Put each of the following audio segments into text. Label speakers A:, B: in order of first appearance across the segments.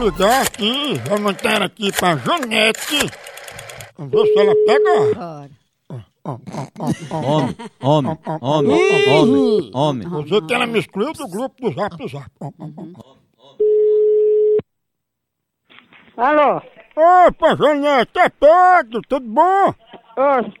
A: ligar aqui, vou mandar aqui pra Janete. Vamos ver se ela pega.
B: Bora.
C: Homem, homem, homem, homem, homem.
A: Eu sei que ela me excluiu do grupo do Zap Zap. Opa,
D: Alô?
A: Janete, é Pedro, tudo bom?
D: Ô,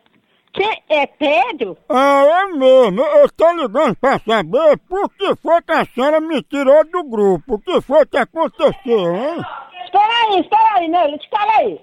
D: quem é Pedro?
A: Ah, é mesmo, eu tô ligando pra saber por que foi que a senhora me tirou do grupo, o que foi que aconteceu, hein?
D: Espera aí, espera aí, Neila, espera aí.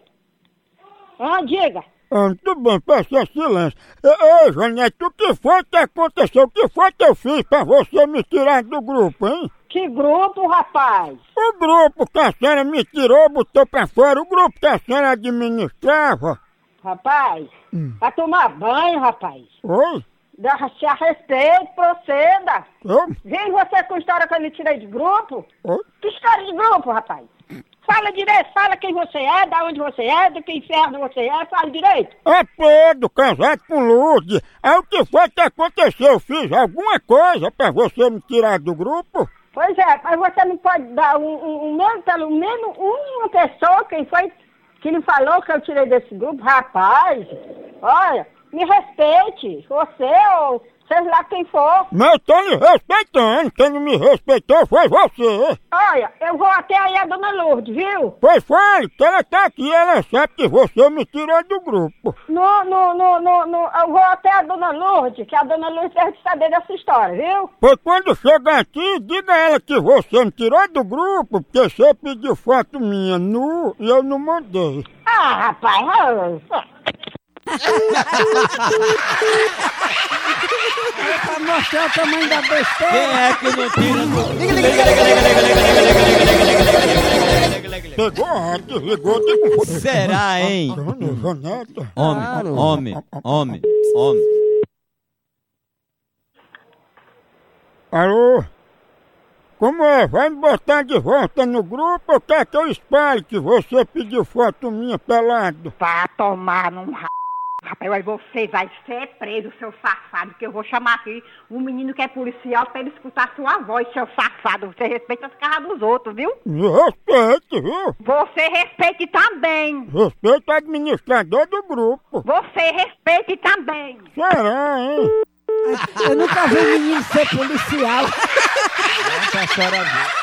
D: Ah, diga.
A: Ah, muito bem, peça silêncio. Ei, ei, Janete, o que foi que aconteceu? O que foi que eu fiz pra você me tirar do grupo, hein?
D: Que grupo, rapaz?
A: O grupo que a senhora me tirou, botou pra fora, o grupo que a senhora administrava.
D: Rapaz, vai tomar banho, rapaz.
A: Oi?
D: Dá- Se a respeito, proceda.
A: Eu?
D: Vem você com história que eu me tirei de grupo?
A: Oi?
D: Que história de grupo, rapaz? Fala direito, fala quem você é, da onde você é, do que inferno você é, fala direito.
A: É Pedro, casado com Lourdes. Aí o que foi que aconteceu? Eu fiz alguma coisa pra você me tirar do grupo?
D: Pois é, mas você não pode dar um, um, um mesmo, pelo menos uma pessoa, quem foi que lhe falou que eu tirei desse grupo, rapaz, olha, me respeite, você ou seja lá quem for.
A: Mas eu tô lhe respeitando, quem não me respeitou foi você.
D: Olha, eu vou até aí a dona Lourdes, viu?
A: Pois foi, que ela tá aqui, ela sabe que você me tirou do grupo.
D: No, no, no, no, no- eu vou até a dona Lourdes, que a dona Lourdes deve saber dessa história, viu?
A: Pois quando chegar aqui, diga a ela que você me tirou do grupo, porque você pediu foto minha nu e eu não mandei.
D: Ah, rapaz, ah,
B: Pra mostrar o tamanho da besteira.
C: Quem é que não tira do
A: Pegou a desligou, desligou.
C: Será, hein?
A: Antônio, Janeta.
C: Homem, homem, homem, homem.
A: Alô? Como é? Vai me botar de volta no grupo ou quer que eu espalhe que você pediu foto minha pelado?
E: Vá tomar num ra... Rapaz, olha, você vai ser preso, seu safado, que eu vou chamar aqui um menino que é policial pra ele escutar sua voz, seu safado. Você respeita as caras dos outros, viu?
A: Me respeite, viu?
E: Você respeite também.
A: Respeito o administrador do grupo.
E: Você respeite também.
A: Será, hein?
B: Eu nunca vi um menino ser policial.
C: Essa senhora viu.